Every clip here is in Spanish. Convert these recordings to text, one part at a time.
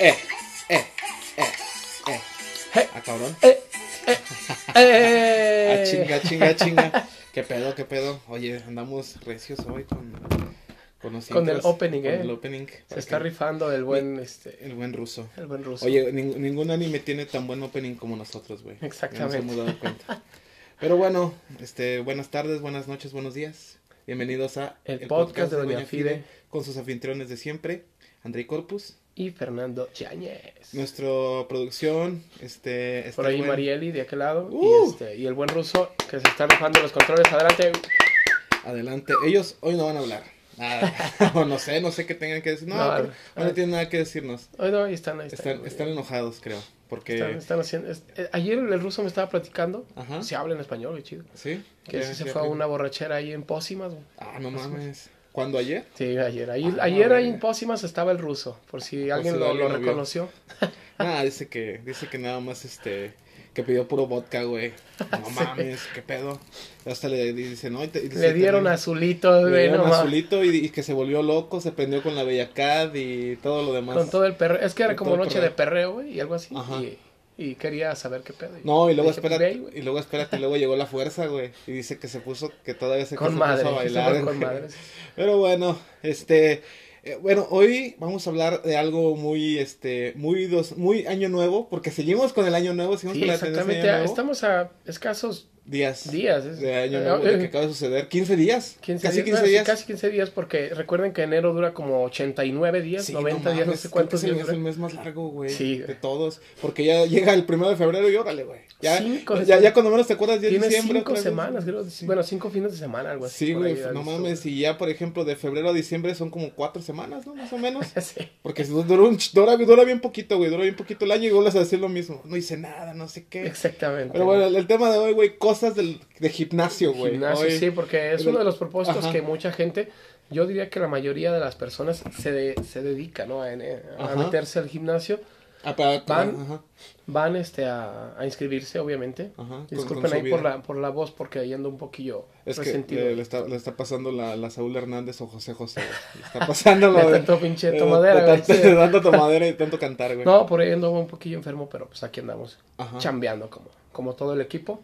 Eh, Ah, cabrón. Eh, eh, eh. Ah, chinga, chinga, chinga. ¿Qué pedo, qué pedo? Oye, andamos recios hoy con, con los Con el intros, opening, con eh. el opening. Se está rifando el buen, este, El buen ruso. el buen ruso. Oye, ning- ningún anime tiene tan buen opening como nosotros, güey. Ya Exactamente. Nos hemos dado cuenta. Pero bueno, este, buenas tardes, buenas noches, buenos días. Bienvenidos a El podcast de Doña Fide. con sus anfitriones de siempre, André Corpus. y Fernando Yáñez. Nuestra producción, este, está Por ahí buen- Marieli de aquel lado. Uh. Y, este, y el buen ruso que se está rifando los controles. Adelante. Adelante. Ellos hoy no van a hablar. Nada. o no sé, no sé qué tengan que decir. No, No, pero- a ver, no, a ver. tienen nada que decirnos. Hoy no, ahí están, ahí están. Están, están enojados, creo. Porque. Están- están haciendo. es- eh, ayer el ruso me estaba platicando. Ajá. Se habla en español, qué chido. ¿Sí? Que Ya, sí se ya, fue a ya. una borrachera ahí en Pósimas. güey. Ah, no mames. ¿Cuándo ayer? Sí, ayer. Ahí, Ah, ayer ahí güey. en Pósimas estaba el ruso. Por si alguien si lo, alguien lo lo vio. reconoció. Ah, dice que, dice que nada más este. Que pidió puro vodka, güey. No mames, qué pedo. Hasta le dicen, no. y te- y dice Le dieron también- azulito, Le güey, dieron no mames. azulito y, y que se volvió loco, se prendió con la Bellacad y todo lo demás. Con todo el perreo. Es que era Con como todo el noche de perreo, güey, y algo así. Ajá. Y, y quería saber qué pedo. No, y luego dije, pues, espérate, ve ahí, güey. y luego espérate, y luego llegó la fuerza, güey. Y dice que se puso, que todavía se, Con se madre. puso a se bailar. fue Con güey. madre. sí. Pero bueno, este, eh, bueno, hoy vamos a hablar de algo muy, este, muy dos, muy año nuevo, porque seguimos con el año nuevo, seguimos Sí, con la tendencia de exactamente. año nuevo. Estamos a escasos Días. días. es- De año nuevo, de que acaba de suceder, 15 días, 15 casi días, 15 bueno, sí, días. Casi 15 días, porque recuerden que enero dura como 89 días, Sí, 90 días, no mames, sé creo cuántos que es el- días. Es el dura. mes más largo, güey. Sí, güey. de todos. Porque ya llega el primero de febrero y órale, güey. Ya, Cinco, ya, ya cuando menos te acuerdas, ya es Tiene diciembre. 5 otra vez. semanas, creo. Sí. Bueno, 5 fines de semana, algo así. Sí, por güey, ahí, no algo así. mames, y ya, por ejemplo, de febrero a diciembre son como cuatro semanas, ¿no? Más o menos. Sí. Porque du- dura, un ch- dura, dura bien poquito, güey, dura bien poquito el año y vuelves a decir lo mismo. No hice nada, no sé qué. Exactamente. Pero bueno, el, el tema de hoy, güey, cosas del, de gimnasio, güey. Gimnasio, Hoy- sí, porque es Pero- uno de los propósitos Ajá. que mucha gente, yo diría que la mayoría de las personas se, de- se dedica, ¿no? A, en- eh, a Ajá. meterse al gimnasio. Ah, para- Van- ajá, Van este, a, a inscribirse, obviamente. Ajá, con- Disculpen con su ahí por vida. la, por la voz, porque ahí ando un poquillo Es que eh, resentido. le, le está, le está pasando la, la Saúl Hernández o José José, güey. Le está pasando lo De de- tanto pinche de- tomadera, de güey, tanto- sí. de tanto tomadera y tanto cantar, güey. No, por ahí ando un poquillo enfermo, pero pues aquí andamos Ajá. chambeando como, como todo el equipo.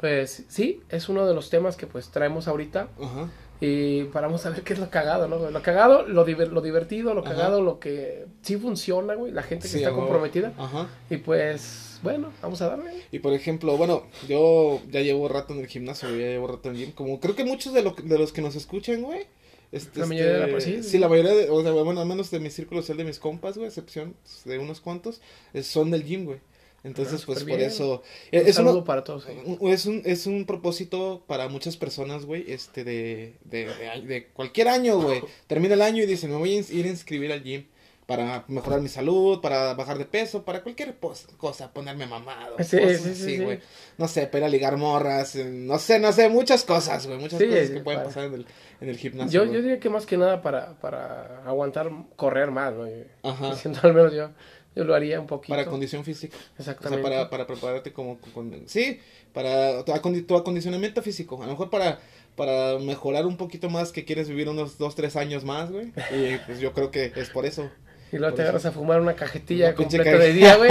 Pues sí, es uno de los temas que pues traemos ahorita Ajá. y paramos a ver qué es lo cagado, ¿no? Lo cagado, lo, diver- lo divertido, lo Ajá. cagado, lo que sí funciona, güey, la gente que Sí, está a huevo. comprometida. Ajá. Y pues, bueno, vamos a darle. Y por ejemplo, bueno, yo ya llevo rato en el gimnasio, güey, ya llevo rato en el gym. Como creo que muchos de, lo- de los que nos escuchan, güey. Este, La mayoría de la- este, pues, sí, sí. sí, la mayoría de, o sea, bueno, al menos de mi círculo social de mis compas, güey, excepción de unos cuantos, es- son del gym, güey. Entonces, Ah, pues súper por bien. eso. Un eh, Es, saludo uno- para todos. güey. un- es, un, es un propósito para muchas personas, güey, este, de, de, de- de cualquier año, güey. Termina el año y dicen, me voy a ins- ir a inscribir al gym para mejorar mi salud, para bajar de peso, para cualquier pos- cosa, ponerme mamado. Sí, cosas sí, sí, así, sí. güey. No sé, para ir a ligar morras, eh, no sé, no sé, muchas cosas, güey, muchas Sí, cosas sí, que pueden para- pasar en el, en el gimnasio. Yo, Ah, güey. yo diría que más que nada para, para aguantar, correr más, güey. Ajá. Siento, al menos yo, yo lo haría un poquito. Ah. Para condición física. O sea, Exactamente. para, para prepararte como... con- sí, para tu, acondi- tu acondicionamiento físico. A lo mejor para, para mejorar un poquito más que quieres vivir unos dos, tres años más, güey. Y pues yo creo que es por eso. Y luego Por eso. te agarras a fumar una cajetilla Una pinche completa ca- de día, güey.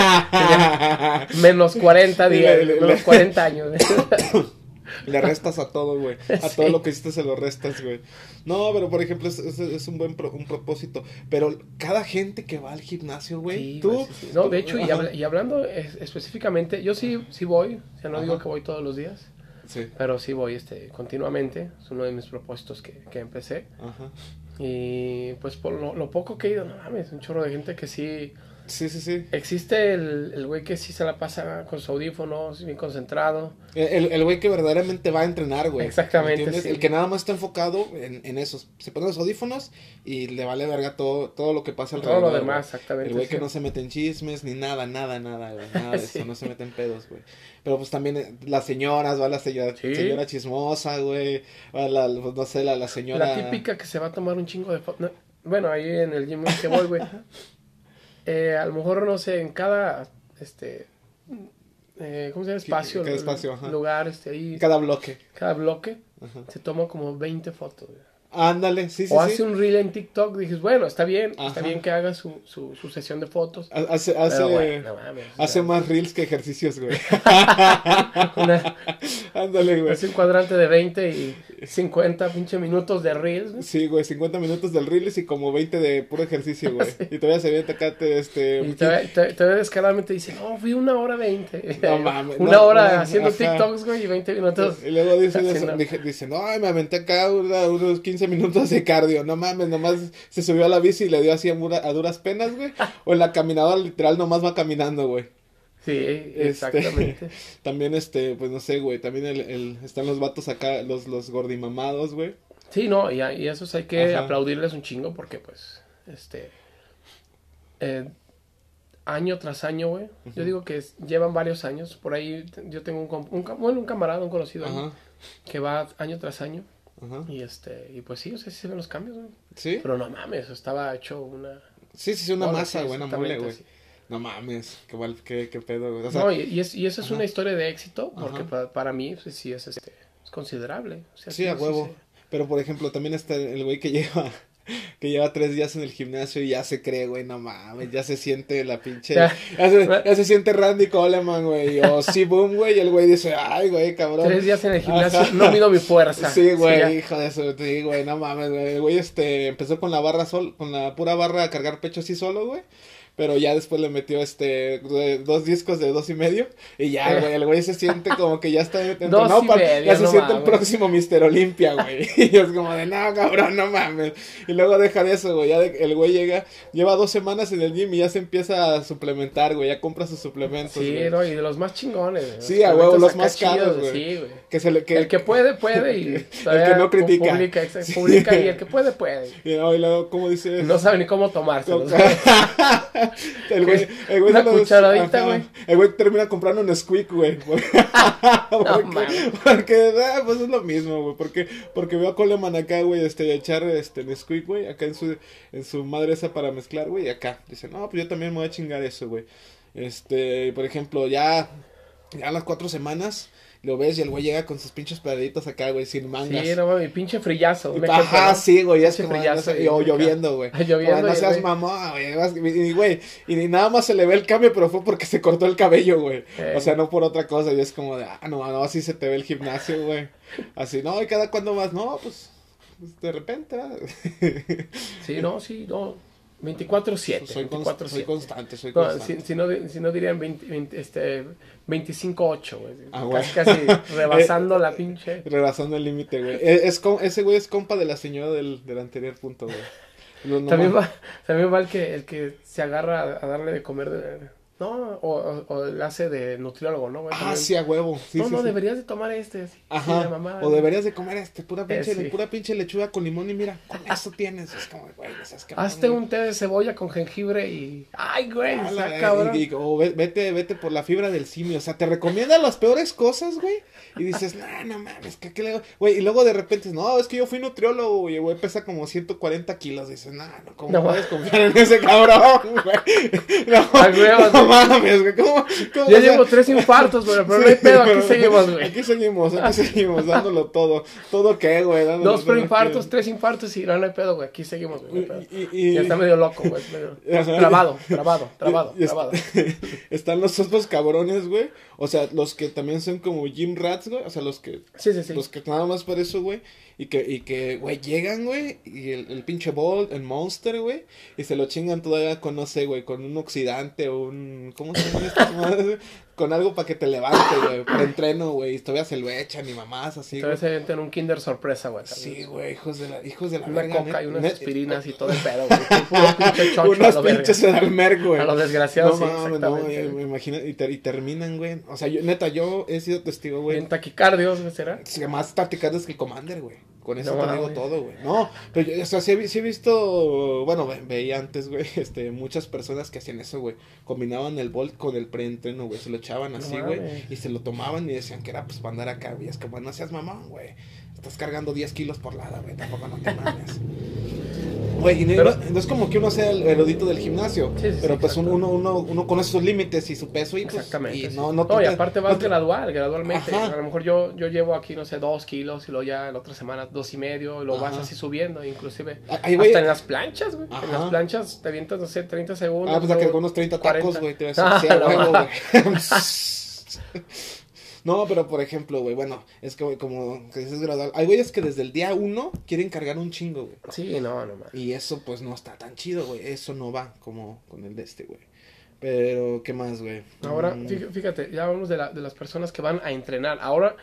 Menos 40 Le- días, le- menos le- 40 años. güey. Le restas a todo, güey. A Sí. todo lo que hiciste se lo restas, güey. No, pero por ejemplo, es, es- es un buen pro- un propósito. Pero cada gente que va al gimnasio, güey, Sí, tú... güey, sí, sí. No, tú- de hecho, y, ajá. habla- y hablando es- específicamente, yo sí, sí voy, o sea, no digo Ajá. que voy todos los días, Sí, pero sí voy este, continuamente, es uno de mis propósitos que, que empecé. ajá. Y pues por lo, lo poco que he ido, no mames, un chorro de gente que sí... Sí, sí, sí. Existe el el güey que sí se la pasa con sus audífonos, bien concentrado. El el güey que verdaderamente va a entrenar, güey. Exactamente, ¿Entiendes? sí. El que nada más está enfocado en, en eso. Se pone los audífonos y le vale verga todo, todo lo que pasa Todo alrededor. lo güey. demás, exactamente. El güey que sí. no se mete en chismes ni nada, nada, nada, güey. Nada de Sí. eso, no se mete en pedos, güey. Pero pues también eh, las señoras, va la señora, Sí. señora chismosa, güey. Va la, pues, no sé, la, la señora. La típica que se va a tomar un chingo de fotos. bueno, ahí en el gym que voy, güey. Eh, a lo mejor, no sé, en cada, este, eh, ¿cómo se llama? Espacio. Cada lu- espacio, ajá. Lugar, este, ahí, cada, Cada bloque. bloque, Ajá. se toma como 20 fotos, güey. Ándale, sí, sí. o sí. hace un reel en TikTok, dices, bueno, está bien, Ajá. está bien que haga su, su, su sesión de fotos. Ha- Hace, pero hace, bueno, no mames, o sea, hace más reels que ejercicios, güey. una- Ándale, güey. hace un cuadrante de 20 y 50 pinche minutos de reels. ¿no? Sí, güey, 50 minutos del reels y como 20 de puro ejercicio, güey. Y todavía se ve tacate, este... Y te, te, te ve descaradamente y dice, no, fui una hora 20. No mames, una no, hora no, haciendo ajá. TikToks, güey, y 20 minutos. Y luego dicen, Sí, eso, no. dije- dicen, ay, me aventé acá una- unos 15 minutos de cardio, no mames, nomás se subió a la bici y le dio así a, mura- a duras penas, güey. O en la caminadora literal nomás va caminando, güey. Sí, este, exactamente. También este, pues no sé, güey, también el, el- están los vatos acá, los, los gordimamados, güey. Sí, no, y, a- y a esos hay que Ajá. aplaudirles un chingo porque, pues, este. eh, año tras año, güey. Yo digo que es- llevan varios años. Por ahí t- yo tengo un, com- un cam- bueno, un camarada, un conocido, Ajá, ¿no? que va año tras año. ajá. Y este, y pues sí, o sea, sí se ven los cambios, güey. ¿Sí? Pero no mames, estaba hecho una. Sí, sí, es una bola, masa, sí, güey, una exactamente, mole, güey. sí. No mames, qué, mal- qué, qué pedo, güey. O sea, no, y, y es, y esa es una historia de éxito, porque Ajá. pa- para, mí pues, sí es, este, es considerable. O sea, Sí, a huevo. Pero por ejemplo, también está el güey que lleva que lleva tres días en el gimnasio y ya se cree, güey, no mames, ya se siente la pinche, ya, Ya. se, ya se siente Randy Coleman, güey, o sí boom, güey, y el güey dice, ay, güey, cabrón. Tres días en el gimnasio, Ajá. no mido mi fuerza. Sí, güey, ya. hijo de eso, sí, güey, no mames, güey. El güey este empezó con la barra sol, con la pura barra a cargar pecho así solo, güey. Pero ya después le metió este güey, dos discos de dos y medio. Y ya, güey, el güey se siente como que ya está entrenado Eh. Dos y para- medio, ya se no siente el mames. próximo Mister Olimpia, güey. Y es como de no, cabrón, no mames. Y luego deja de eso, güey. Ya de- el güey llega, lleva dos semanas en el gym y ya se empieza a suplementar, güey. Ya compra sus suplementos. Sí, Pues, güey. no, y de los más chingones. güey. Sí, a Los huevo, que los saca más caros, chidos, güey. Sí, güey. Que se le, que, el que puede, puede y El que no critica. Publica, ex- Sí. publica y el que puede, puede. y no, y luego, ¿cómo dice No sabe ni cómo Con- tomárselo. el güey, el güey Una se los- cucharadita, ajá. güey. El güey termina comprando un squeak, güey. Porque, porque, mames. porque, ah, pues es lo mismo, güey. Porque, porque veo a Coleman acá, güey, este, echar este Nesquik, güey, acá en su, en su madre esa para mezclar, güey, y acá. Dice, no, pues yo también me voy a chingar eso, güey. Este, por ejemplo, ya, ya a las cuatro semanas, lo ves y el güey llega con sus pinches perditas acá, güey, sin mangas. Sí, no mames, pinche frillazo. un ejemplo, Ajá, ¿no? sí, güey, ya es Pinche como, no sé, frillazo ahí, y- o acá. lloviendo, güey. Ah, Lloviendo Como, no y, seas güey. mamá, güey, vas- y- y, güey, y ni nada más se le ve el cambio, pero fue porque se cortó el cabello, güey. Eh. O sea, no por otra cosa, y es como de, ah, no, no, así se te ve el gimnasio, güey. Así, no, y cada cuando más, no, pues, pues, de repente, ¿verdad? Sí, no, sí, no. Pues, soy, 24-7. const- soy 24-7. constante, soy No, constante. si, si no, di- si no dirían 20, 20, este, 25-8, güey. Ah, casi, güey. casi rebasando la pinche. Rebasando el límite, güey. E, Es, es com- ese güey es compa de la señora del, del anterior punto, güey. Lo- no También mames. va, también va el que, el que se agarra a, a darle de comer, de- no, o, o, o le hace de nutriólogo, ¿no? güey? Ah, También. sí, a huevo. Sí, no, sí, no, sí. deberías de tomar este, así. Ajá. sí, la mamá, o deberías de comer este pura Eh, pinche, sí. pura pinche lechuga con limón y mira, con eso tienes. Es como, güey, no seas cabrón. Hazte un té de cebolla con jengibre y... ¡Ay, güey! A está la- cabrón. y- y- o ve- vete, vete por la fibra del simio. O sea, te recomienda las peores cosas, güey. Y dices, no, no mames, que qué le Güey, y luego de repente, no, es que yo fui nutriólogo, güey. el Güey, pesa como 140 kilos. Dices, no, no, ¿cómo No. puedes confiar en ese cabrón, güey? No, A huevo, no mames, güey. ¿Cómo, cómo, Ya o sea, llevo tres infartos, güey, pero Sí, no hay pedo, aquí pero- seguimos, güey. Aquí seguimos, aquí seguimos, dándolo todo. ¿Todo qué, güey? Dándolo Dos todo preinfartos, que- tres infartos y no, no hay pedo, güey. Aquí seguimos, güey. no hay pedo. Y- y- y- Ya está medio loco, güey. es medio- Ajá. Trabado, trabado, trabado, Y- este, y est- trabado. Están los otros cabrones, güey. O sea, los que también son como gym rats, güey. O sea, los que Sí, sí, sí. los que nada más para eso, güey. Y que, y que, güey, llegan, güey. Y el, el pinche Bolt, el Monster, güey. Y se lo chingan todavía con, no sé, güey, con un oxidante o un. ¿Cómo se llaman estas madres, güey? Con algo para que te levante, güey. Para entreno, güey. Y todavía se lo echan y mamás así, güey. Entonces se avientan un Kinder sorpresa, güey. Sí, güey, hijos de la, hijos de la Una verga, coca net- y unas net- aspirinas y todo el pedo, güey. Puro pinche chocho a Unas lo verga. pinches en Almer, güey. A los desgraciados, No sí, mames, no, exactamente. me imagino. Y, ter- y terminan, güey. O sea, yo, neta, yo he sido testigo, güey. Pues En taquicardios, ¿no será? Sí, Más tacticadas que el Commander, güey. Con eso No te digo mames. todo, güey. No, pero yo, o sea, sí he, vi- sí he visto, bueno, ve- veía antes, güey, este, muchas personas que hacían eso, güey. Combinaban el Bolt con el preentreno, güey. Se lo echaban No así, güey. mames. y se lo tomaban y decían que era, pues, para andar acá, güey. Es como, no seas mamón, güey. Estás cargando 10 kilos por lado, güey. Tampoco no te mames. Güey, y no, Pero- no es como que uno sea el erudito del gimnasio, Sí, sí, sí, pero pues exacto. uno, uno, uno conoce sus límites y su peso y pues Exactamente. y sí. no, no, no, te- y aparte vas no te- gradual, gradualmente. Ajá. A lo mejor yo, yo llevo aquí, no sé, dos kilos y luego ya la otra semana dos y medio, y lo vas Ajá. así subiendo, inclusive. Ah, ahí, güey. hasta en las planchas, güey. Ajá. En las planchas te avientas, no sé, 30 segundos. Ah, pues a que luego algunos 30 tacos, 40. güey, te vas Ah, a hacer la huevo, madre. güey. No, pero por ejemplo, güey, bueno, es que güey, como que dices gradual. Hay güeyes que desde el día uno quieren cargar un chingo, güey. Sí, no, no más. Y eso pues no está tan chido, güey. Eso no va como con el de este, güey. Pero, ¿qué más, güey? Ahora, Mm, fí- fíjate, ya hablamos de, la- de las personas que van a entrenar. Ahora,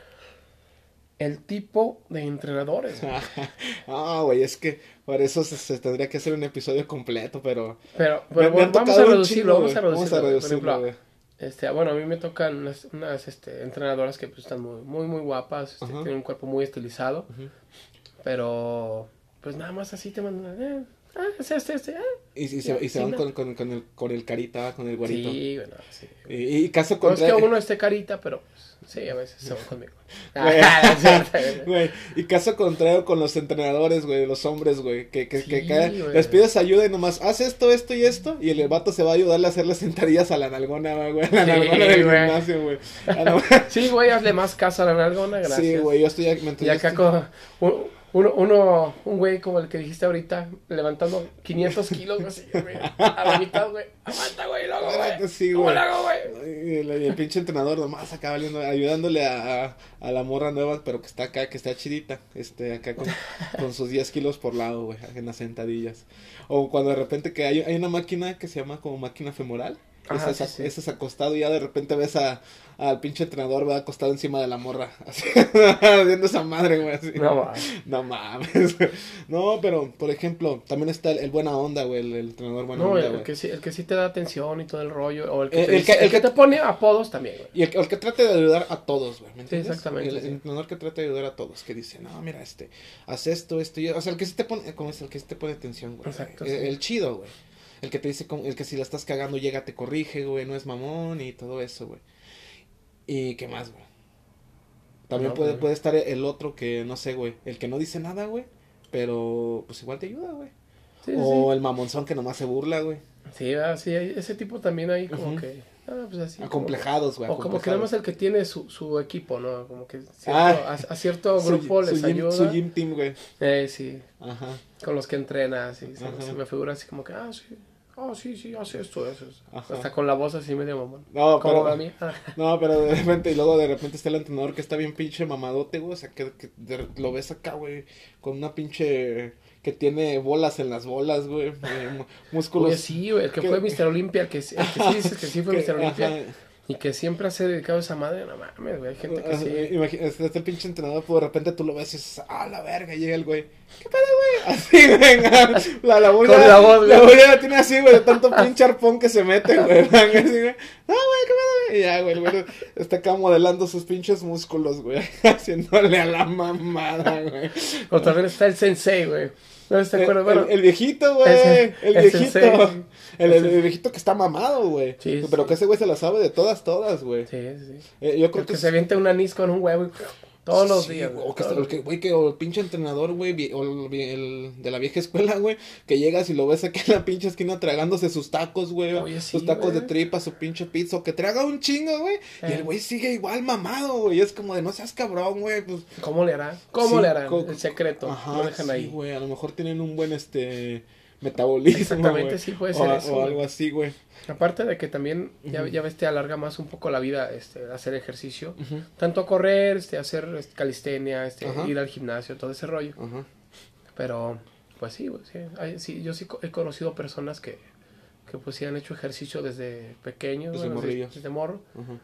el tipo de entrenadores. güey. Ah, güey, es que por eso se, se tendría que hacer un episodio completo, pero... Pero, me- pero me han bueno, vamos, a tocado un reducirlo, chingo, vamos a güey. reducirlo, güey. Por ejemplo, güey. Este, bueno, a mí me tocan unas, unas, este, entrenadoras que pues, están muy, muy, muy guapas, este, Ajá. tienen un cuerpo muy estilizado, Ujú. pero pues nada más así te mandan, eh, ah, es este, este, ah. Y, y se, y se Sí, van no. con, con, con el, con el carita, con el guarito. Sí, bueno, sí. Y, y caso No es que contrario... uno esté carita, pero pues, sí, a veces se van conmigo. Güey. Ah, no es cierto, güey. Güey, y caso contrario con los entrenadores, güey, los hombres, güey, que, que, que Sí, cada- güey. les pides ayuda y nomás, haz esto, esto y esto, y el vato se va a ayudarle a hacer las sentadillas a la nalgona, güey, a la Sí, nalgona del güey. gimnasio, güey. Ah, no, sí, güey, hazle más caso a la nalgona, gracias. sí, güey, yo estoy aquí, me Y acá con un- uno, uno, un güey como el que dijiste ahorita, levantando 500 kilos, así, güey, a la mitad, güey. Aguanta, güey, lo hago, güey. Sí, ¿Cómo güey. lo hago, güey? Y el, y el pinche entrenador nomás acá valiendo, ayudándole a, a, a la morra nueva, pero que está acá, que está chidita, este, acá con, con sus 10 kilos por lado, güey, en las sentadillas. O cuando de repente que hay, hay una máquina que se llama como máquina femoral. Ese Ajá, es, Ah, ac- sí, sí. ese es acostado y ya de repente ves a, al pinche entrenador, va acostado encima de la morra, así, viendo esa madre, güey, así. No, va. No mames. No, pero, por ejemplo, también está el, el buena onda, güey, el, el entrenador buena No, onda, el güey. Eh, que, sí, el que sí te da atención y todo el rollo. O el que, El- te, el que- dice- el el que que- te pone apodos también, güey. Y el, el que trate de ayudar a todos, güey. ¿me entiendes? exactamente, El, el sí. entrenador que trate de ayudar a todos, que dice, no, mira, este, haz esto, esto, y... O sea, el que sí te pone, como es? El que sí te pone atención, güey. Exacto, El, sí. el chido, güey. El que te dice, cómo- el que si la estás cagando, llega, te corrige, güey, no es mamón y todo eso, güey. ¿Y qué más, güey? También No, puede, güey. puede estar el otro que, no sé, güey, el que no dice nada, güey, pero pues igual te ayuda, güey. Sí, o sí. el mamonzón que nomás se burla, güey. Sí, ah, sí, hay- ese tipo también ahí como Ujú. que. Ah, pues así. como- Acomplejados, güey. O como que nada más acomplejados. el que tiene su, su equipo, ¿no? Como que cierto- Ah. a, a cierto Su- grupo su les gym- ayuda. Su gym team, güey. Eh, sí. Ajá. con los que entrena, así, se, Ajá. se me figura así como que, ah, sí, ah, sí, sí, hace esto, hace eso. Ajá. Hasta con la voz así medio mamón. No, como pero, a mí. Ah, no, pero de repente, y luego de repente está el entrenador que está bien pinche mamadote, güey, o sea, que, que de- lo ves acá, güey, con una pinche, que tiene bolas en las bolas, güey, eh, mu- músculos. Oye, sí, güey, el que que- fue Mr. Olimpia, el que, sí- el que sí dices que sí fue que- Mr. Olimpia ajá, y que siempre se ha dedicado a esa madre, no mames, güey, hay gente que ajá, sí. imagi- este, este pinche entrenador, pues de repente tú lo ves y dices, ah, la verga, y llega el güey, ¿qué pedo, güey? Así, güey, la, la bola, Con la voz, güey. bola la tiene así, güey, de tanto pinche arpón que se mete, güey, así, güey, no, güey, ¿qué pedo, güey? Y ya, güey, el güey está acá modelando sus pinches músculos, güey, haciéndole a la mamada, güey. O también está el sensei, güey. No sé si te Eh, El, acuerdas, bueno. el- el viejito, güey. ese- El ese viejito. sí. El, el- Ese- el viejito que está mamado, güey. Sí, Pero sí. que ese güey se la sabe de todas, todas, güey. Sí, sí. Eh, yo creo El que que, se avienta un anís con un huevo y- todos los sí, días. güey, O que, todos está- los- el que- güey, que o el pinche entrenador, güey, vie- o el, vie- el de la vieja escuela, güey, que llegas y lo ves aquí en la pinche esquina tragándose sus tacos, güey, Oye, sí, sus tacos güey. de tripa, su pinche pizza, o que traga un chingo, güey, y Eh. el güey sigue igual mamado, güey, es como de no seas cabrón, güey, pues ¿Cómo le hará? ¿Cómo Sí, le harán? co- co- el secreto. Ajá, lo dejan sí, ahí. güey, a lo mejor tienen un buen este metabolismo. Exactamente, güey. sí, puede O ser a- eso, O güey. algo así, güey. Aparte de que también, ya, ya ves, te alarga más un poco la vida este, hacer ejercicio. Tanto correr, este, hacer este, calistenia, este, Ajá. ir al gimnasio, todo ese rollo. Ajá. Pero, pues sí, pues, sí. Hay- sí, yo sí co- he conocido personas que, que pues sí han hecho ejercicio desde pequeños, Desde bueno, morrillos. desde morro. ajá.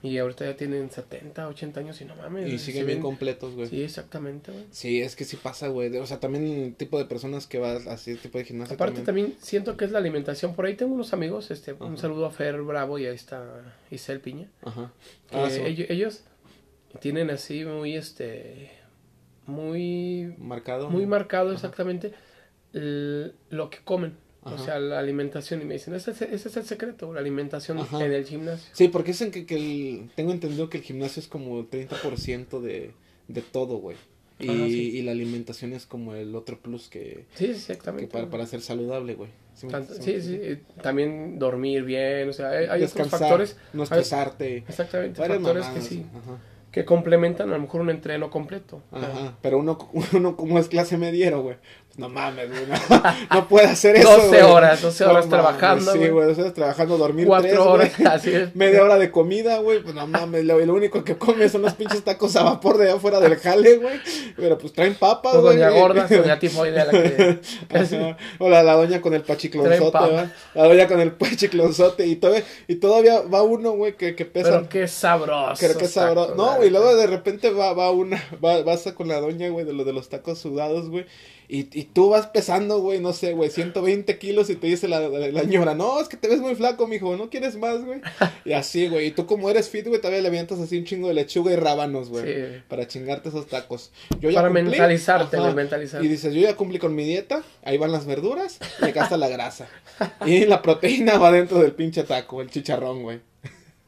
Y ahorita ya tienen 70, 80 años y no mames. Y se siguen bien ven- completos, güey. Sí. Sí, exactamente, güey. es que sí pasa, güey. O sea, también el tipo de personas que vas así, el tipo de gimnasio. Aparte también siento que es la alimentación. Por ahí tengo unos amigos, este, un Ajá. saludo a Fer Bravo y ahí está Isel Piña. Ajá. que Ah, sí, ello- ellos, tienen así muy este muy Marcado. muy marcado exactamente el- lo que comen o Ajá. sea la alimentación y me dicen ese, es- ese es el secreto la alimentación Ajá. en el gimnasio Sí, porque dicen que, que el... Tengo entendido que el gimnasio es como el 30% de, de todo, güey. Y, Ajá, sí. y la alimentación es como el otro plus que, Sí, sí, que exactamente. para, para ser saludable, güey. ¿Sí me- Tanto- sí me- sí, sí, eh, También dormir bien, o sea, hay, hay otros Descansar, factores. no hay- estresarte. exactamente, varias factores que mamadas, sí, Ajá. que complementan a lo mejor un entreno completo. O sea, Ajá, pero uno, uno como es clase mediero, güey. pues No mames, güey. No, no puede hacer eso. 12 güey. horas, 12 horas mames, trabajando, Sí, güey. güey, 12 horas trabajando, dormir Cuatro tres, horas, güey. así es. Media hora de comida, güey. Pues no mames, lo, lo único que comes son los pinches tacos a vapor de allá afuera del jale, güey. Pero pues traen papas, O güey. doña gorda, o doña tifoidea, la que... Ajá. O la, la doña con el Traen pachiclonzote, papa. ¿verdad? La doña con el pachiclonzote. Y todavía, y todavía va uno, güey, que, que pesa. Pero qué sabroso. Creo que es sabroso. saco, No, la güey, neta. luego de repente va, va una, va, vas a con la doña, güey, de los de los tacos sudados, güey. Y, y tú vas pesando, güey, no sé, güey, 120 kilos y te dice la, la, la señora, no, es que te ves muy flaco, mijo, no quieres más, güey. Y así, güey, y tú como eres fit, güey, todavía le avientas así un chingo de lechuga y rábanos, güey. Sí. Para chingarte esos tacos. Yo Para cumplí. mentalizarte, Ajá. güey, mentalizarte. Y dices, yo ya cumplí con mi dieta, ahí van las verduras y acá está la grasa. Y la proteína va dentro del pinche taco, el chicharrón, güey.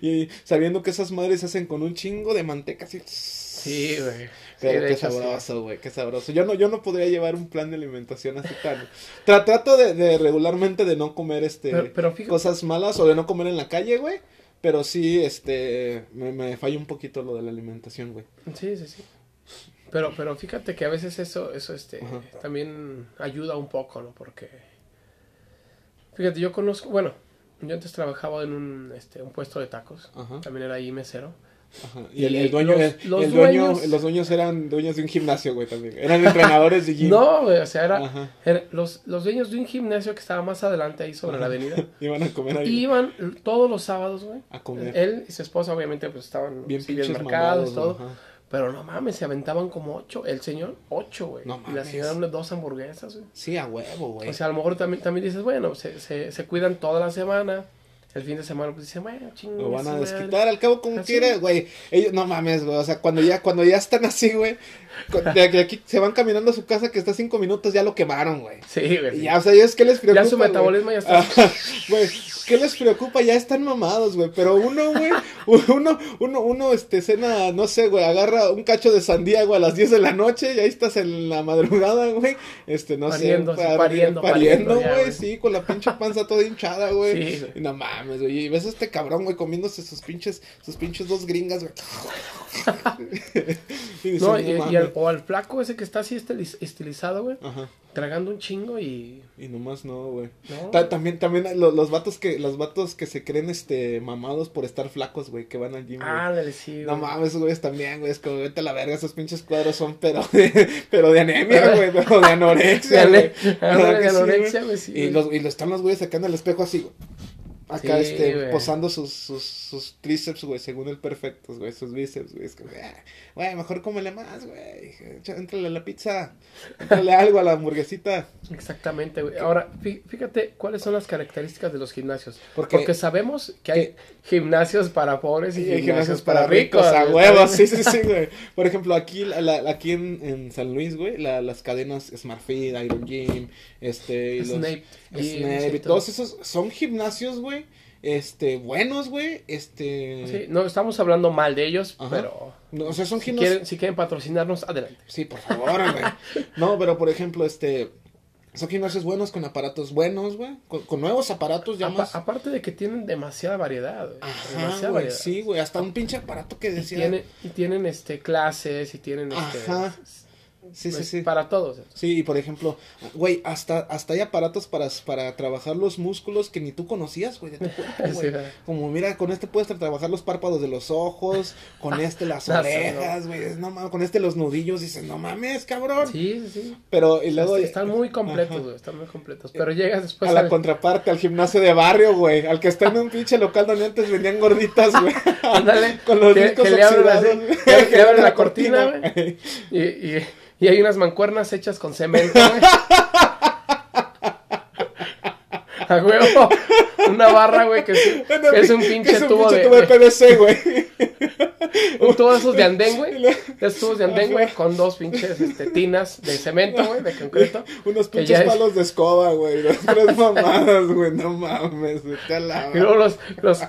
Y sabiendo que esas madres se hacen con un chingo de manteca así. Sí, güey. Sí, Pero de qué hecho, sí. sabroso, güey, qué sabroso. Yo no, yo no podría llevar un plan de alimentación así tan. Tra- trato de, de regularmente de no comer este Pero, pero fíjate, cosas malas o de no comer en la calle, güey. Pero sí, este, me, me falla un poquito lo de la alimentación, güey. sí, sí, sí. Pero, pero fíjate que a veces eso, eso este, Ajá. también ayuda un poco, ¿no? Porque, fíjate, yo conozco, bueno, yo antes trabajaba en un, este, un puesto de tacos, Ajá. también era ahí mesero. Ajá, Y el, Y el dueño, los- el, los el dueño- dueños- los dueños eran dueños de un gimnasio, güey, también. Eran entrenadores de gym. No, güey, o sea, era, Ajá. era- los, los dueños de un gimnasio que estaba más adelante ahí sobre la avenida, Iban a comer ahí. iban todos los sábados, güey. A comer. Él y su esposa, obviamente, pues estaban Bien eh, sí, pinches marcados, mamados, todo. ajá. Pero no mames, se aventaban como ocho. El señor, ocho, güey. No y la mames. señora, unas dos hamburguesas, güey. Sí, a huevo, güey. O sea, a lo mejor también, también dices, bueno, se, se, se cuidan toda la semana. El fin de semana, pues dicen, bueno, chingón. Lo van a desquitar, al cabo como Así. quiera, güey. Ellos, no mames, güey. O sea, cuando ya, cuando ya están así, güey. cu- De que aquí se van caminando a su casa que está a cinco minutos, ya lo quemaron, güey. Sí, güey. Y sí. ya, o sea, ellos qué les preocupa. Ya su güey? metabolismo ya está- Ajá, Güey, ¿qué les preocupa? Ya están mamados, güey. Pero uno, güey, uno, uno, uno, este, cena, no sé, güey, agarra un cacho de sandía, güey, a las 10 de la noche y ahí estás en la madrugada, güey. Este, no Pariendo, sé, sí, pariendo, pariendo ya, güey, güey. sí, con la pinche panza toda hinchada, güey. Sí, güey. Y No mames, güey. Y ves a este cabrón, güey, comiéndose sus pinches, sus pinches dos gringas, güey. y dices, No, y, y mames. al- o al flaco ese que está así estiliz- estilizado, güey. Ajá. Tragando un chingo y. Y nomás no, güey. No. Ta- también, también lo- los, vatos que, los vatos que se creen este mamados por estar flacos, güey, que van al gym, güey. Ándale, Ah, sí, no güey. mames, güey, también, güey, es como, vete a la verga, esos pinches cuadros son, pero de, pero de anemia, güey, pero de anorexia, güey. Ándale, ¿Verdad que ándale, sí, güey? anorexia, güey, sí, Y güey. los, y lo están los güeyes acá en el espejo así, güey. Acá, Sí, este, güey. posando sus, sus, sus tríceps, güey, según el perfectos, güey, sus bíceps, güey. Es que, güey, güey, mejor cómele más, güey. Echa- Éntrale a la pizza, éntrale algo a la hamburguesita. Exactamente, güey. Ahora, fí- fíjate cuáles son las características de los gimnasios. Porque- Porque sabemos que hay gimnasios para pobres y Sí, gimnasios, hay gimnasios para, ricos. a güey. huevos, sí, sí, sí, güey. Por ejemplo, aquí, la- la- aquí en, en San Luis, güey, la- las cadenas Smart Fit, Iron Gym, este, y los- Snape, y- Snape, sí, y todos esos son gimnasios, güey, este, buenos, güey, este, Sí, no estamos hablando mal de ellos, Ajá. pero no, o sea, son si gimnasios. quieren, si quieren patrocinarnos, adelante. Sí, por favor, güey. No, pero por ejemplo, este, son gimnasios buenos con aparatos buenos, güey, con, con nuevos aparatos ya Apa- más. aparte de que tienen demasiada variedad, güey, Ajá, demasiada güey, variedad. sí, güey, hasta un pinche aparato que y, decía. tienen, y tienen este clases y tienen este Ajá. sí, sí, pues, sí. para todos. Sí, y por ejemplo, güey, hasta, hasta hay aparatos para, para trabajar los músculos que ni tú conocías, güey, de tu cuerpo, Sí, güey. ¿verdad? Como, mira, con este puedes tra- trabajar los párpados de los ojos, con este las No, orejas, güey, no mames, con este los nudillos, dices, no mames, cabrón. Sí, sí, sí. Pero, y luego... están muy completos, Ajá. Eh, güey, están muy completos. Pero llegas después A la al- contraparte, al gimnasio de barrio, güey. Al que está en un pinche local donde antes vendían gorditas, güey. Ándale, Con los que- discos que le abren oxidados, así, güey. que le abren abren la cortina, güey. Y, y- y hay unas mancuernas hechas con cemento, güey. A huevo. Una barra, güey, que es, que es un pinche es un tubo pinche de. tubo de de- PVC, güey. un tubo de esos de andén, güey. Y luego- De esos tubos de andén, güey, con dos pinches este, tinas de cemento, güey, de concreto. Unos que pinches ya es- palos de escoba, güey. Los tres mamadas, güey. No mames, vete a la Y luego los, los,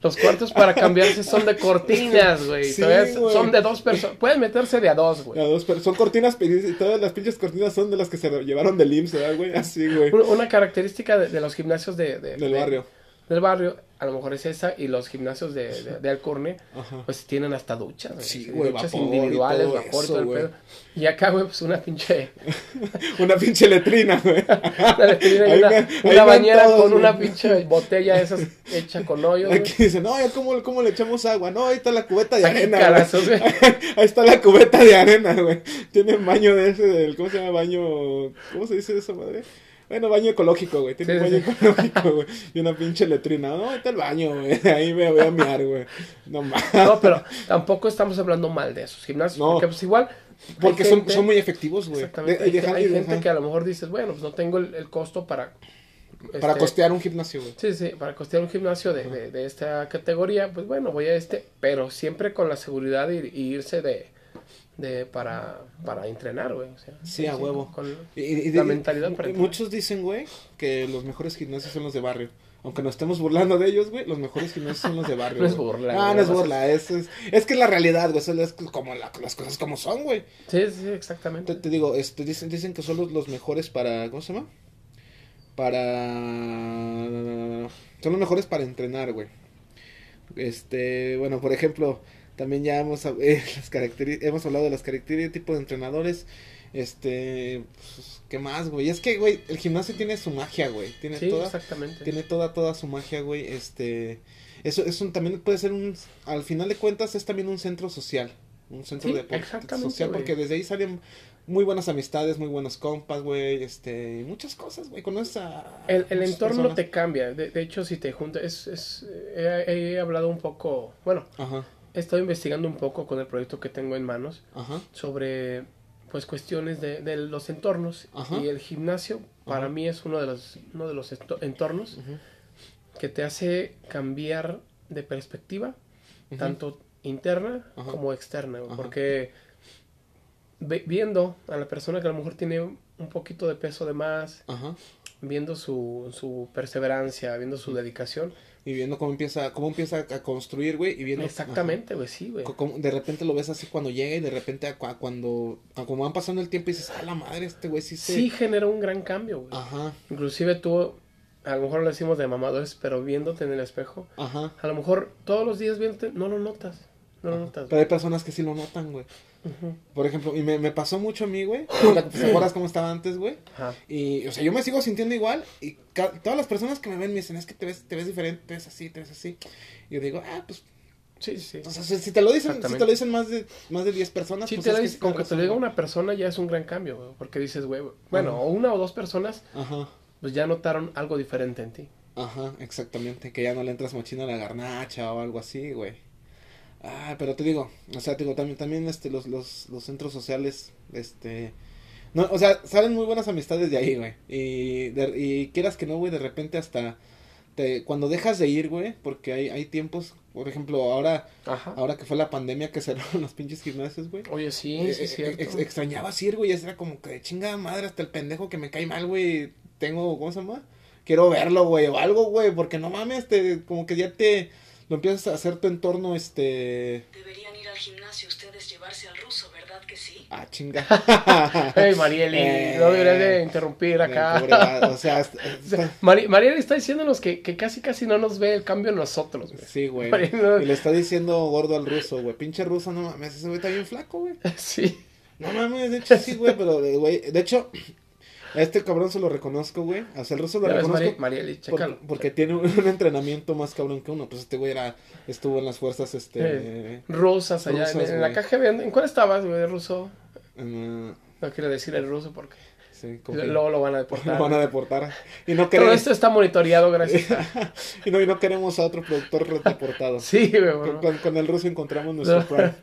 Los cuartos para cambiarse son de cortinas, güey. Sí, Todavía güey. Son de dos personas. Pueden meterse de a dos, güey. Las dos, pero son cortinas, pero todas las pinches cortinas son de las que se llevaron del IMSS, ¿verdad, güey? Así, güey. Una- Una característica de, de los gimnasios de, de- Del de- barrio. del barrio, a lo mejor es esa, y los gimnasios de, de, de Alcorne, Ajá. pues tienen hasta duchas, güey. Sí, Así, güey, duchas vapor y individuales, todo vapor, eso, todo el güey. pedo. Y acá, güey, pues una pinche Una pinche letrina, güey. una, letrina y Ahí una- me- ahí una van bañera todos, con güey. una pinche botella esas hecha con hoyos, güey. Aquí dice, no, ya cómo, cómo le echamos agua. No, ahí está la cubeta de Aquí arena. carazos, güey. güey. Ahí está la cubeta de arena, güey. Tiene baño de ese, del, ¿cómo se llama? Baño. ¿Cómo se dice eso, madre? Bueno, baño ecológico, güey. Tiene Sí, un baño sí. ecológico, güey. Y una pinche letrina. No, ahí está el baño, güey. Ahí me voy a miar, güey. No mames. No, pero tampoco estamos hablando mal de esos gimnasios, No. porque pues igual... hay Porque son, gente- son muy efectivos, güey. Exactamente, De- hay, y dejan- hay y gente dejan que a lo mejor dices, bueno, pues no tengo el, el costo para... Para este, costear un gimnasio, güey. Sí, sí, para costear un gimnasio de, de- de esta categoría, pues bueno, voy a este, pero siempre con la seguridad y, y irse de, de para, para entrenar, güey. o sea, Sí, a huevo. con- Y- y- y- la mentalidad para y entrenar. Muchos dicen, güey, que los mejores gimnasios son los de barrio. Aunque nos estemos burlando de ellos, güey, los mejores gimnasios son los de barrio. No es güey. Ah, burla, No, güey, no es nada más burla. Es, es, es que es la realidad, güey. Eso es como la- las cosas como son, güey. Sí, sí, Te, exactamente. te digo, este, dicen, dicen que son los, los mejores para. ¿Cómo se llama? Para. Son los mejores para entrenar, güey. Este, bueno, por ejemplo, también ya hemos, hab- eh, las caracteri- hemos hablado de las características, tipo de entrenadores. Este, pues, ¿qué más, güey? Es que, güey, el gimnasio tiene su magia, güey. Tiene Sí, toda exactamente. tiene toda toda su magia güey este eso es un también puede ser un al final de cuentas es también un centro social un centro Sí, de apoyo exactamente, social güey. porque desde ahí salen muy buenas amistades muy buenos compas güey este y muchas cosas güey conoces a El, el muchas entorno personas. te cambia. De, de hecho, si te juntas, es, es- he, he hablado un poco, bueno, ajá he estado investigando un poco con el proyecto que tengo en manos ajá sobre pues cuestiones de, de los entornos Ajá. y el gimnasio para mí es uno de los uno de los esto- entornos Ujú. que te hace cambiar de perspectiva Ujú. tanto interna Ajá. como externa güey, Ajá. porque ve- viendo a la persona que a lo mejor tiene un poquito de peso de más ajá viendo su, su perseverancia viendo su dedicación y viendo cómo empieza cómo empieza a construir güey y viendo exactamente güey sí güey Co- como de repente lo ves así cuando llega y de repente a cua- cuando a como van pasando el tiempo y dices a la madre este güey sí se sí generó un gran cambio güey ajá Inclusive tú, a lo mejor lo decimos de mamadores, pero viéndote en el espejo, ajá a lo mejor todos los días viéndote, no lo notas. No lo notas. Pero hay personas que sí lo notan, güey. Ujú. Por ejemplo, y me, me pasó mucho a mí, güey. Ahorita, pues, ¿Te acuerdas cómo estaba antes, güey? Ajá. Y, o sea, yo me sigo sintiendo igual. Y ca- todas las personas que me ven me dicen, es que te ves, te ves diferente, te ves así, te ves así. Y yo digo, ah, pues, Sí, sí. o sea, si si te lo dicen, si Exactamente. te lo dicen más de, más de 10 personas, Sí, pues te es lo que dice- sí con que tienes te lo diga razón, una persona ya es un gran cambio, güey, porque dices, güey, bueno, o una o dos personas, güey. Ajá. pues ya notaron algo diferente en ti. Ajá, exactamente, que ya no le entras mochino a la garnacha o algo así, güey. Ah, pero te digo, o sea, te digo, también, también este, los, los, los centros sociales, este, no, o sea, salen muy buenas amistades de ahí, güey. Y, de- y quieras que no, güey, de repente hasta, te, cuando dejas de ir, güey, porque hay, hay tiempos, por ejemplo, ahora, Ajá. ahora que fue la pandemia que cerraron los pinches gimnasios, güey. Oye, sí, Eh, sí, es eh, cierto. ex- extrañabas ir, güey. Era como que de chingada madre hasta el pendejo que me cae mal, güey. Tengo, ¿cómo se llama? Quiero verlo, güey, o algo, güey. Porque no mames, te, como que ya te lo empiezas a hacer tu entorno, este. Deberían ir al gimnasio ustedes llevarse al ruso, ¿verdad que sí? Ah, chinga. Hey, Marieli, Eh, no deberías de Eh, interrumpir pobre acá. vato, o sea, es- es- Mari- Marieli está diciéndonos que, que casi casi no nos ve el cambio en nosotros, güey. sí, güey. Pobre no. Y le está diciendo gordo al ruso, güey. Pinche ruso, no mames, ese güey está bien flaco, güey. Sí. No mames, de hecho sí, güey, pero, eh, güey, de hecho, a este cabrón se lo reconozco, güey. O sea, el ruso lo Ya ves, reconozco. Mari- Marieli, Por- chécalo. porque tiene un, un entrenamiento más cabrón que uno. Pues este güey era, estuvo en las fuerzas, este. rusas allá en- Rusas, en, la güey. KGB. ¿En cuál estabas, güey, ruso? en, eh, No quiero decir el ruso porque sí, como que luego lo van a este- lo deportar. van a deportar. Y no, Todo queremos, esto está monitoreado gracias a... y no, y no queremos a otro productor deportado. Sí, güey, Con, bueno. con- con el ruso encontramos nuestro No. prime.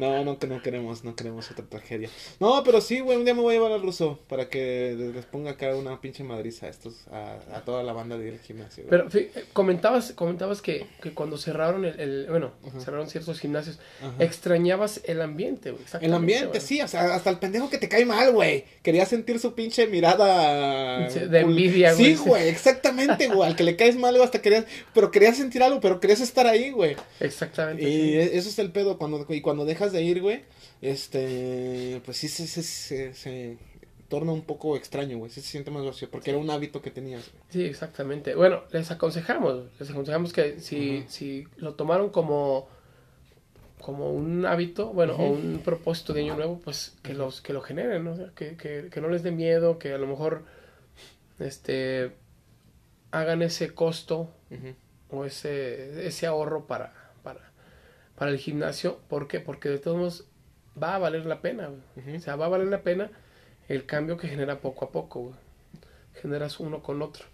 No, no, que no queremos, no queremos otra tragedia. No, pero sí, güey, un día me voy a llevar al ruso para que les les ponga acá una pinche madriza a estos, a, a toda la banda del gimnasio. güey. Pero fi- eh, comentabas, comentabas que, que cuando cerraron el, el- bueno, cerraron ciertos gimnasios, Ajá. extrañabas el ambiente, güey. El exactamente, ambiente, güey. sí, o sea, hasta el pendejo que te cae mal, güey. Quería sentir su pinche mirada. Sí, de pul- envidia, Sí, güey. güey, exactamente, güey. Al que le caes mal, güey, hasta querías. Pero querías sentir algo, pero querías estar ahí, güey. Exactamente. Y sí. e- eso es el pedo. Cuando, y cuando dejas de ir, güey, este. Pues sí, se, se, se- se torna un poco extraño, güey. Sí, se siente más vacío. Porque era un hábito que tenías, güey. Sí, exactamente. Bueno, les aconsejamos, les aconsejamos que si, Ujú. si lo tomaron como, como un hábito, bueno, o un propósito de año nuevo, pues que los, que lo generen, ¿no? O sea, que, que, que no les dé miedo, que a lo mejor este hagan ese costo Ujú. o ese, ese ahorro para, para, para el gimnasio. ¿Por qué? Porque de todos modos va a valer la pena. güey. Ujú. O sea, va a valer la pena el cambio que genera poco a poco. güey. Generas uno con otro.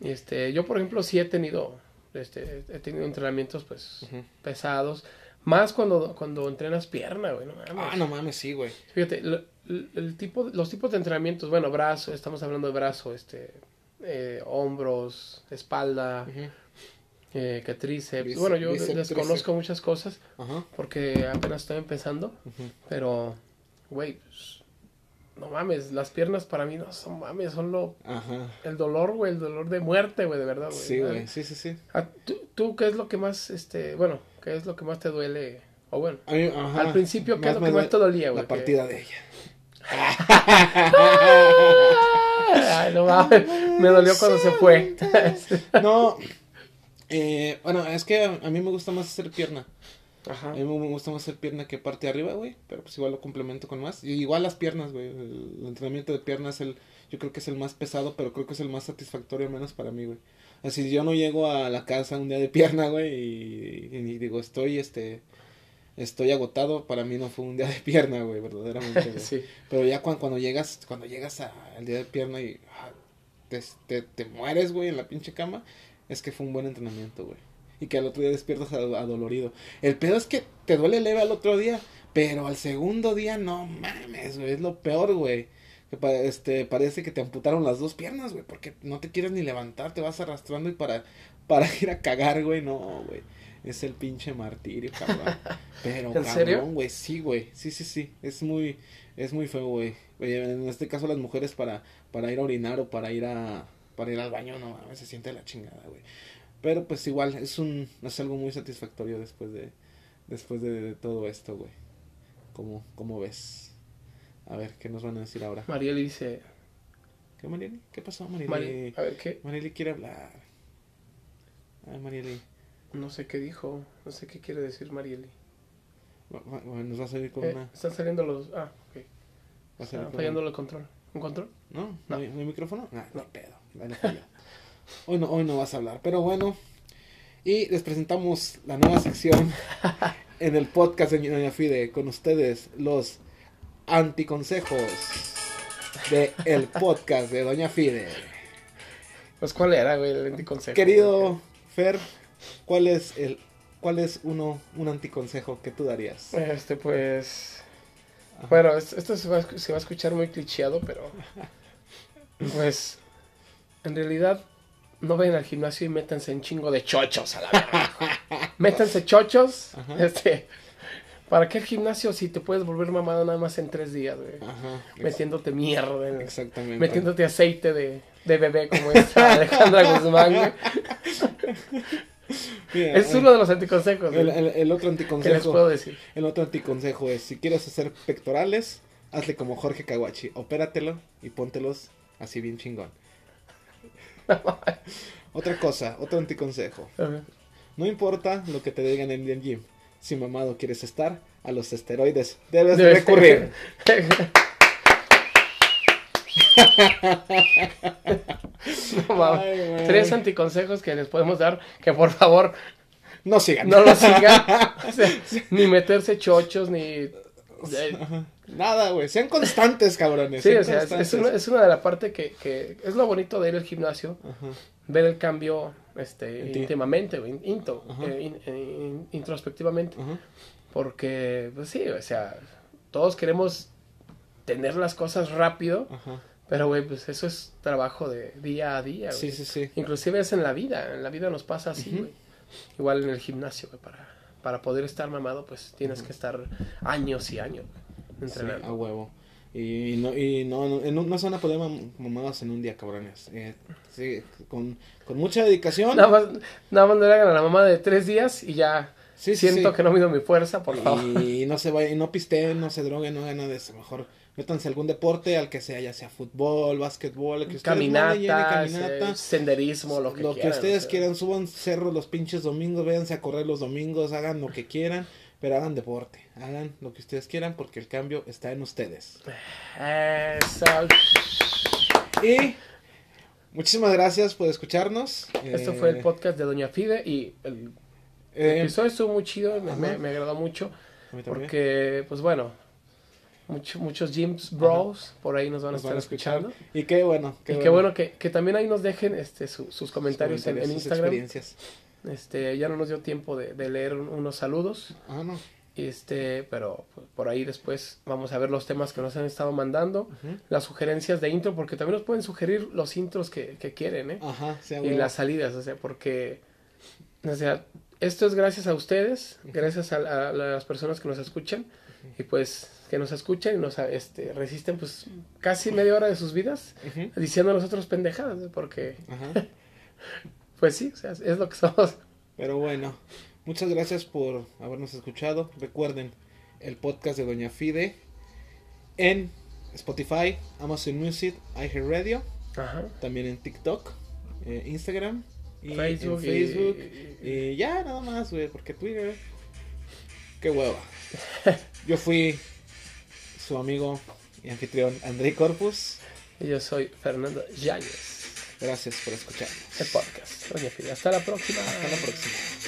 Y, Este, yo, por ejemplo, sí he tenido, este, he tenido entrenamientos pues Ujú. pesados. Más cuando, cuando entrenas pierna, güey. no mames. Ah, no mames, sí, güey. Fíjate, lo- el, el tipo, los tipos de entrenamientos, bueno, brazo, estamos hablando de brazo, este, eh, hombros, espalda, Ujú. eh, que tríceps. Bíceps, bueno, yo bíceps, desconozco tríceps. muchas cosas Ajá. porque apenas estoy empezando, Ujú. pero, güey, pues, no mames, las piernas para mí no son mames, son lo, Ajá. el dolor, güey, el dolor de muerte, güey, de verdad, Ah, güey. Sí, ¿verdad? güey. Sí, sí, sí. Ah, ¿Tú, tú qué es lo que más, este, bueno, qué es lo que más te duele? O bueno, A mí, ajá, Al principio, ¿qué es lo me que duele? más te dolía, güey? La Que- partida de ella. Ay, no mames, me dolió cuando se fue. No. eh, bueno, es que a, a mí me gusta más hacer pierna. A Ajá. mí me me gusta más hacer pierna que parte de arriba, güey. Pero pues igual lo complemento con más. Y igual las piernas, güey. El, el entrenamiento de pierna es el. Yo creo que es el más pesado, pero creo que es el más satisfactorio, al menos para mí, güey. Así yo no llego a la casa un día de pierna, güey. Y, y digo, estoy, este. Estoy agotado. Para mí no fue un día de pierna, güey, verdaderamente. güey. Sí, Pero ya cuando, cuando llegas, cuando llegas a- al día de pierna y ah, te, te, te mueres, güey, en la pinche cama, es que fue un buen entrenamiento, güey. Y que al otro día despiertas ad- adolorido. El pedo es que te duele leve al otro día, pero al segundo día no mames, güey, es lo peor, güey. Que pa- este, parece que te amputaron las dos piernas, güey, porque no te quieres ni levantar, te vas arrastrando y para, para ir a cagar, güey, no, güey. Es el pinche martirio, cabrón. Pero, ¿En serio? cabrón, güey, sí, güey. Sí, sí, sí. Es muy, es muy feo, güey. Oye, En este caso las mujeres para, para ir a orinar o para ir a para ir al baño, no mames, se siente la chingada, güey. Pero pues igual es un es algo muy satisfactorio después de después de, de todo esto, güey. ¿Cómo, ¿Cómo ves? A ver, ¿qué nos van a decir ahora? Mariel dice, ¿Qué Marieli? ¿Qué pasó, Marieli? Mari, Marieli, a ver qué, quiere hablar. Ay, Marieli. no sé qué dijo, no sé qué quiere decir Marieli. Va- va- va- Nos va a salir con Eh, una. va están saliendo los, ah, ok, a salir está con fallando el control. ¿Un control? ¿No? ¿No, No. hay, no hay micrófono? Ah, no, No. hay pedo. Dale, falló. hoy, no, hoy no vas a hablar, pero bueno. Y les presentamos la nueva sección en el podcast de Doña Fide con ustedes, los anticonsejos de el podcast de Doña Fide. Pues, ¿cuál era, güey, el anticonsejo? Querido Fer, ¿cuál es el cuál es uno un anticonsejo que tú darías? Este, pues, Ajá. bueno, es- esto se va, a escu- se va a escuchar muy clicheado, pero, pues, en realidad, no vayan al gimnasio y métanse en chingo de chochos a la verga. métanse chochos, Ajá. este, ¿para qué el gimnasio si te puedes volver mamada nada más en tres días, güey? Ajá. Metiéndote mierda en el Exactamente. metiéndote aceite de, de bebé como esta Alejandra Guzmán. güey. Mira, eh, Es uno de los anticonsejos el, güey, el- el otro que les anticonsejo. puedo decir. El otro anticonsejo es, si quieres hacer pectorales, hazle como Jorge Kawachi, opératelo y póntelos así bien chingón. Otra cosa, otro anticonsejo. Ajá. No importa lo que te digan en el gym, si mamado quieres estar, a los esteroides debes de Debes- recurrir. No mames. Ay, güey. Tres anticonsejos que les podemos dar que por favor No sigan. no lo sigan. O sea, ni meterse chochos, ni... eh, Ajá. Nada, güey. Sean constantes, cabrones. Sí, sean o sea, es, es constantes. una, es una de las partes que, que es lo bonito de ir al gimnasio, Ajá. ver el cambio este, En ti. íntimamente, güey, into, Ajá. eh, in- in- in- introspectivamente. Ajá. Porque, pues sí, o sea, todos queremos tener las cosas rápido, Ajá. pero, güey, pues eso es trabajo de día a día, güey. Sí, sí, sí. Inclusive es en la vida, en la vida nos pasa así, güey. Igual en el gimnasio, güey, para, para poder estar mamado, pues tienes que estar años y años güey, Sí, entrenando. a huevo. Y no, y no, no, en un- no se van a poder mam- mamadas en un día, cabrones. Eh, sí, con, con mucha dedicación. Nada más, nada más no le hagan a la mamá de tres días y ya Sí, sí, siento sí. que no mido mi fuerza, por favor. Y no se vayan, no pisteen, no se droguen, no hagan nada de eso. Mejor métanse a algún deporte, al que sea, ya sea fútbol, básquetbol, el que ustedes manden, llenen Caminatas, caminata. eh, senderismo, lo que lo quieran. que ustedes o sea. quieran, suban cerro los pinches domingos, véanse a correr los domingos, hagan lo que quieran, pero hagan deporte, hagan lo que ustedes quieran porque el cambio está en ustedes. Eh. Eso. Y muchísimas gracias por escucharnos. Esto Eh, fue el podcast de Doña Fide y el eh, episodio estuvo muy chido, me, ajá. me- me agradó mucho. a mí también. Porque, pues bueno, mucho- muchos Gyms Bros por ahí nos van a Nos estar van a escuchar. escuchando. Y qué bueno. y qué bueno, que, que también ahí nos dejen este, su- sus comentarios, en- en, sus Instagram. experiencias. Este, ya no nos dio tiempo de, de leer un- unos saludos. Ah, no. Este, pero pues, por ahí después vamos a ver los temas que nos han estado mandando, Ujú. las sugerencias de intro, porque también nos pueden sugerir los intros que, que quieren, ¿eh? Ajá, sea y Ah, huevo. las salidas, o sea, porque, o sea, esto es gracias a ustedes, gracias a, a las personas que nos escuchan, y pues que nos escuchan y nos este, resisten pues casi media hora de sus vidas Ujú. diciendo a nosotros pendejadas, ¿eh? porque Ajá. pues sí, o sea, es lo que somos. Pero bueno, muchas gracias por habernos escuchado. Recuerden el podcast de Doña Fide en Spotify, Amazon Music, iHeartRadio, Ajá. también en TikTok, eh, Instagram, y Facebook en y- Facebook. Y, ya nada más, güey, porque Twitter. Qué hueva. Yo fui su amigo y anfitrión André Corpus. Y yo soy Fernando Yáñez, Gracias por escucharnos. el podcast. Doña Fide, hasta la próxima. Hasta la próxima.